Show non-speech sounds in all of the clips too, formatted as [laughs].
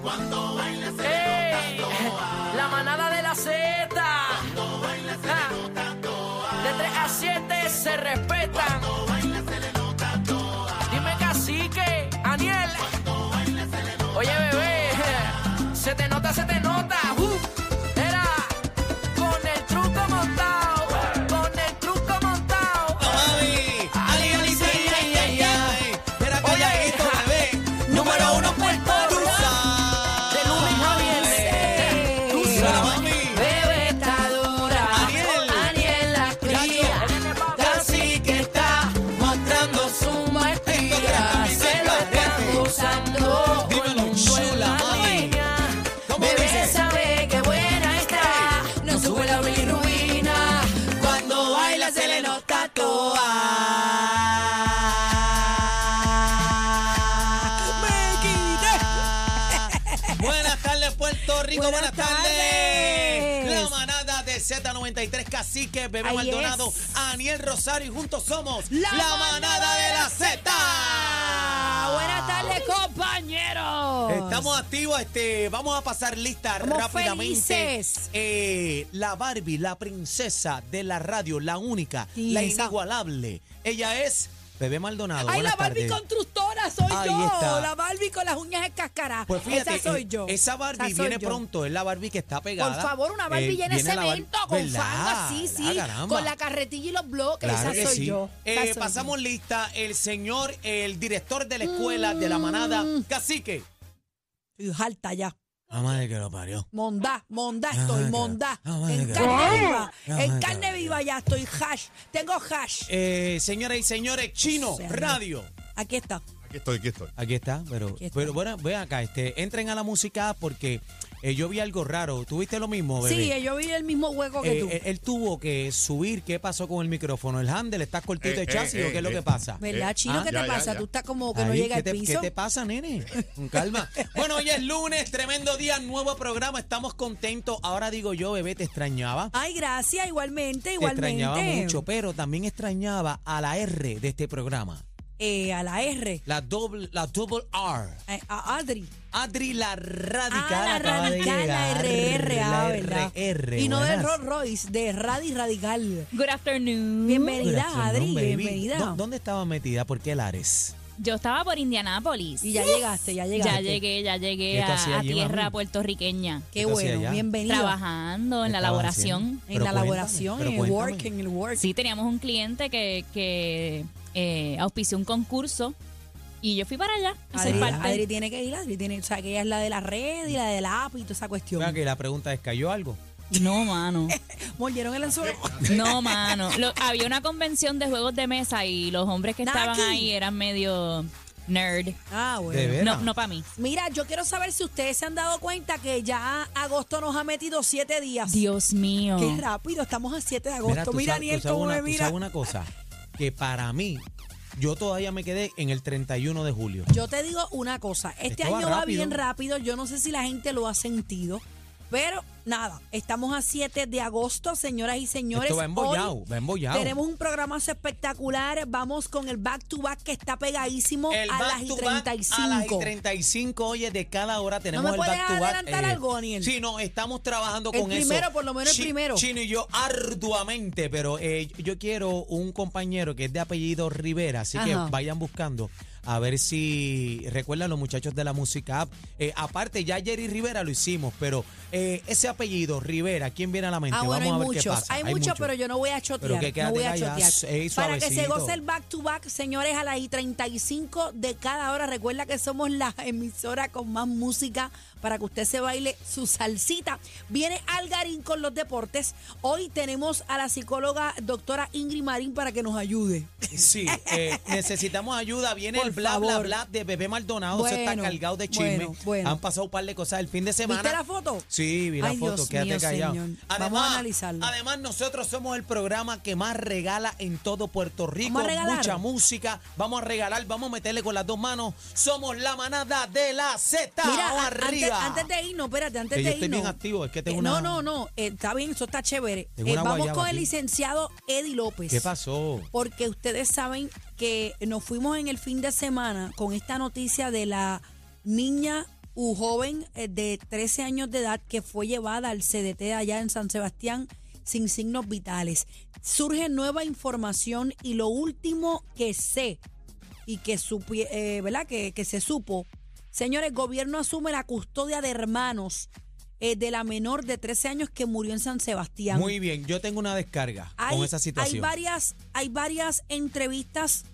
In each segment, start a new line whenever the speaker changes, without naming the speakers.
¡Ey! La manada de la Z. Ah. De 3 a 7 se respetan. Dime cacique, Aniel. Oye, bebé. Se te nota, se te nota. Uh. Era con el truco montado. Con el truco montado.
Ali, Ali, sí, ay, ay, ay. Mira
Oye,
calladito,
ja.
bebé.
Número uno en Puerto
Tú
Rico.
sabes.
De lunes a viernes. Tú
Dímelo,
sabes.
mami.
Bebé está dura,
Aniel.
Aniel la cría,
Así que está
mostrando su maestría,
Esto
se lo están
caliente.
gozando con
Dímelo,
un duelo
chula,
a la
mami.
niña.
¿Cómo
Bebé
dice?
sabe que buena está, no sube la bilirrubina,
cuando baila se le nota toa. Me quité. Buenas tardes, Puerto Rico. Buenas,
Buenas
tardes.
tardes.
La manada de Z93, Cacique, Bebé
Ahí
Maldonado,
es.
Aniel Rosario y juntos somos la, manada de la Z.
Buenas tardes, compañeros.
Estamos activos, este, vamos a pasar lista
Estamos
rápidamente.
felices.
Eh, la Barbie, la princesa de la radio, la única,
Sí,
la
esa.
inigualable. Ella es Bebé Maldonado.
Ay,
Buenas
la Barbie
tardes.
constructora soy
Ahí
yo.
está.
La Barbie con las uñas en cáscara.
Pues fíjate,
esa soy
eh,
yo.
Esa Barbie
Esa soy
viene
yo.
pronto, es la Barbie que está pegada.
Por favor, una Barbie
Eh,
llena de
viene la Bar-
cemento con
¿Verdad?
fango así, sí,
Ah, caramba.
con la carretilla y los bloques.
Claro que
esa soy
sí.
yo. Esa
Eh,
soy
pasamos lista, el señor, el director de la escuela de la manada,
Mm.
Cacique.
yo. Estoy harta ya.
La madre que lo parió.
Mondá, mondá
Ah,
estoy,
madre
mondá.
que- ah, madre
En
que-
carne viva,
Ah,
en
madre
carne
que-
viva ya estoy. Hash, tengo hash.
Eh, señoras y señores, Chino
O sea,
Radio.
Aquí está.
Aquí estoy, aquí estoy.
Aquí está, pero,
Aquí está.
pero bueno, ve acá, este, entren a la música porque eh, yo vi algo raro. ¿Tuviste lo mismo, Oh, bebé?
Sí, yo vi el mismo hueco que
Eh,
tú.
él, él tuvo que subir. ¿Qué pasó con el micrófono? ¿El handle está cortito de
Eh,
chasis
eh,
o qué es lo
eh.
que pasa?
¿Verdad,
eh,
Chino?
ah,
¿Qué te
ya, ya,
pasa?
ya.
Tú estás como que no
Ahí,
llega
¿qué
al
te-
piso.
¿Qué te pasa, nene? Con calma. bueno, hoy es lunes, tremendo día, nuevo programa, estamos contentos. Ahora digo yo, bebé, te extrañaba.
Ay, gracias, igualmente,
Te
Ah, igualmente.
extrañaba mucho, pero también extrañaba a la R de este programa.
Eh, a la R,
La doble, la double R.
eh, a Adri.
Adri la radical.
Ah, la
acaba de
radical, la
llegar.
RR, ah,
La
¿verdad?
RR,
Y no de
buenas.
Rolls Royce, de Radi Radical.
Good afternoon.
Bienvenida,
Good afternoon,
Adri,
baby.
bienvenida.
¿Dó- ¿Dónde estaba metida? ¿Por qué Lares?
Yo estaba por Indianápolis.
Y ya llegaste, ya llegaste.
Ya llegué, ya
¿Qué
llegué
tú hacías
a, a
allí,
tierra
mami?
puertorriqueña.
Qué
tú hacías
bueno,
allá?
bienvenida.
Trabajando en la elaboración.
En la elaboración, en el work, en el work.
Sí, teníamos un cliente que, que eh, auspició un concurso y yo fui para allá. a ser
Adri,
parte.
Adri tiene que ir, Adri tiene, o sea, que ella es la de la red y la del app y toda esa cuestión.
que la pregunta es, ¿cayó algo?
No, mano.
Mordieron el anzuelo.
No, mano. Lo- había una convención de juegos de mesa y los hombres que estaban
Naki.
ahí eran medio nerd.
Ah, bueno.
De ver- Era.
No, no para mí.
Mira, yo quiero saber si ustedes se han dado cuenta que ya agosto nos ha metido siete días.
Dios mío.
Qué rápido, estamos a 7 de
Oh. Mira,
agosto.
tú
Mira,
sabes-
Aniel,
tú sabes
cómo
una,
me
tú
mira.
sabes una cosa, que para mí, yo todavía me quedé en el 31 de julio.
Yo te digo una cosa, este
Esto va
año va
rápido.
bien rápido, yo no sé si la gente lo ha sentido, pero nada, estamos a 7 de agosto, señoras y señores.
Esto va embollado,
Hoy
va embollado.
Tenemos un programazo espectacular, vamos con el back to back que está pegadísimo
el
a,
back
las y
to back
35.
a las y 35, oye, de cada hora tenemos
me
el
puedes
back to back.
adelantar algo, Daniel?
Sí, no, estamos trabajando
El
con eso.
primero, por lo menos el
Chi-
primero.
Chino y yo arduamente, pero eh, yo quiero un compañero que es de apellido Rivera, así que
Ajá.
vayan buscando a ver si recuerdan los muchachos de la música app. Eh, aparte, ya Jerry Rivera lo hicimos, pero eh, ese apellido, Rivera, ¿quién viene a la mente?
Ah, bueno,
Vamos
hay
a ver qué
muchos,
pasa.
hay muchos, pero yo no voy a chotear.
que
no voy a
quédate
chotear.
callado, ey,
Para que se
suavecito.
goce el back to back, señores, a las y 35 de cada hora. Recuerda que somos la emisora con más música para que usted se baile su salsita. Viene Algarín con los deportes. Hoy tenemos a la psicóloga doctora Ingrid Marín para que nos ayude.
Sí, eh, necesitamos ayuda. Viene
Por
el bla,
favor.
bla, bla de Bebé Maldonado. Se está
Bueno,
cargado de chisme.
bueno, bueno.
Han pasado un par de cosas el fin de semana.
¿Viste la foto?
Sí, vi la
Ay,
foto,
Dios
quédate
mío,
callado.
señor.
Además,
Vamos a analizarlo.
Además, nosotros somos el programa que más regala en todo Puerto Rico.
Vamos a regalar.
Mucha música. Vamos a regalar, vamos a meterle con las dos manos. Somos la manada de la Z.
Mira,
Vamos
a- antes,
arriba.
antes de irnos, espérate, antes
Que yo
de irnos.
estoy bien activo, es que tengo
Eh,
una-
No, no, no, eh, está bien, eso está chévere.
Tengo
Eh,
una
vamos
guayaba
con el
aquí.
licenciado Eddie López.
¿Qué pasó?
Porque ustedes saben que nos fuimos en el fin de semana con esta noticia de la niña u joven eh, de 13 años de edad que fue llevada al CDT de allá en San Sebastián sin signos vitales. Surge nueva información y lo último que sé y que, supie- eh, ¿verdad? que, que se supo. Señores, el gobierno asume la custodia de hermanos eh, de la menor de 13 años que murió en San Sebastián.
Muy bien, yo tengo una descarga con esa situación.
Hay varias, hay varias entrevistas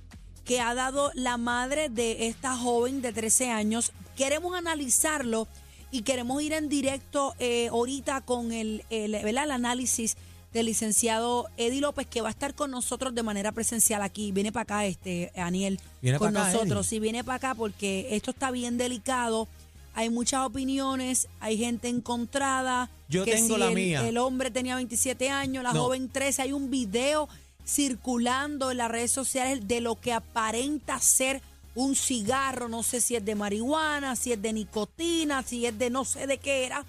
que ha dado la madre de esta joven de 13 años. Queremos analizarlo y queremos ir en directo eh, ahorita con el, el, ¿verdad? el análisis del licenciado Eddie López, que va a estar con nosotros de manera presencial aquí. Viene para acá, este, Aniel,
Viene
con
para acá,
nosotros.
Eddie.
Sí, viene para acá porque esto está bien delicado. Hay muchas opiniones, hay gente encontrada.
Yo
que
tengo
si
la
el-
mía.
el hombre tenía 27 años, la
No.
joven 13. Hay un video circulando en las redes sociales de lo que aparenta ser un cigarro. No sé si es de marihuana, si es de nicotina, si es de no sé de qué era.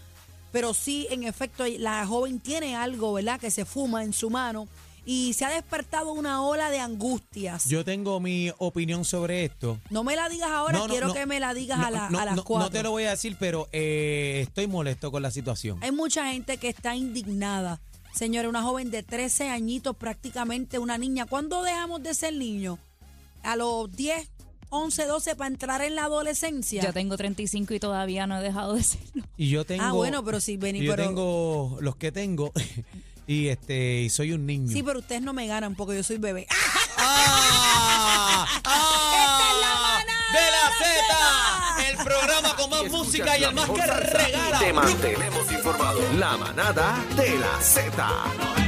Pero sí, en efecto, la joven tiene algo, ¿verdad? Que se fuma en su mano. Y se ha despertado una ola de angustias.
Yo tengo mi opinión sobre esto.
no me la digas ahora,
No, no,
quiero
no.
que me la digas a, la-
no,
a las
no,
cuatro.
No te lo voy a decir, pero eh, estoy molesto con la situación.
Hay mucha gente que está indignada. Señora, una joven de 13 añitos, prácticamente una niña. ¿Cuándo dejamos de ser niños? A los 10, 11, 12 para entrar en la adolescencia.
Yo tengo 35 y todavía no he dejado de serlo.
Y yo tengo.
ah, bueno, pero si vení,
y yo
pero
tengo los que tengo [laughs] y este y soy un niño.
Sí, pero ustedes no me ganan porque yo soy bebé. ¡Ah! [laughs]
¡Ah! ¡Ah!
¡Esta es la manada!
de la Z, el programa con más música y el más que
Mejor salsa y
regala.
Te mantenemos informado. La manada de la Z.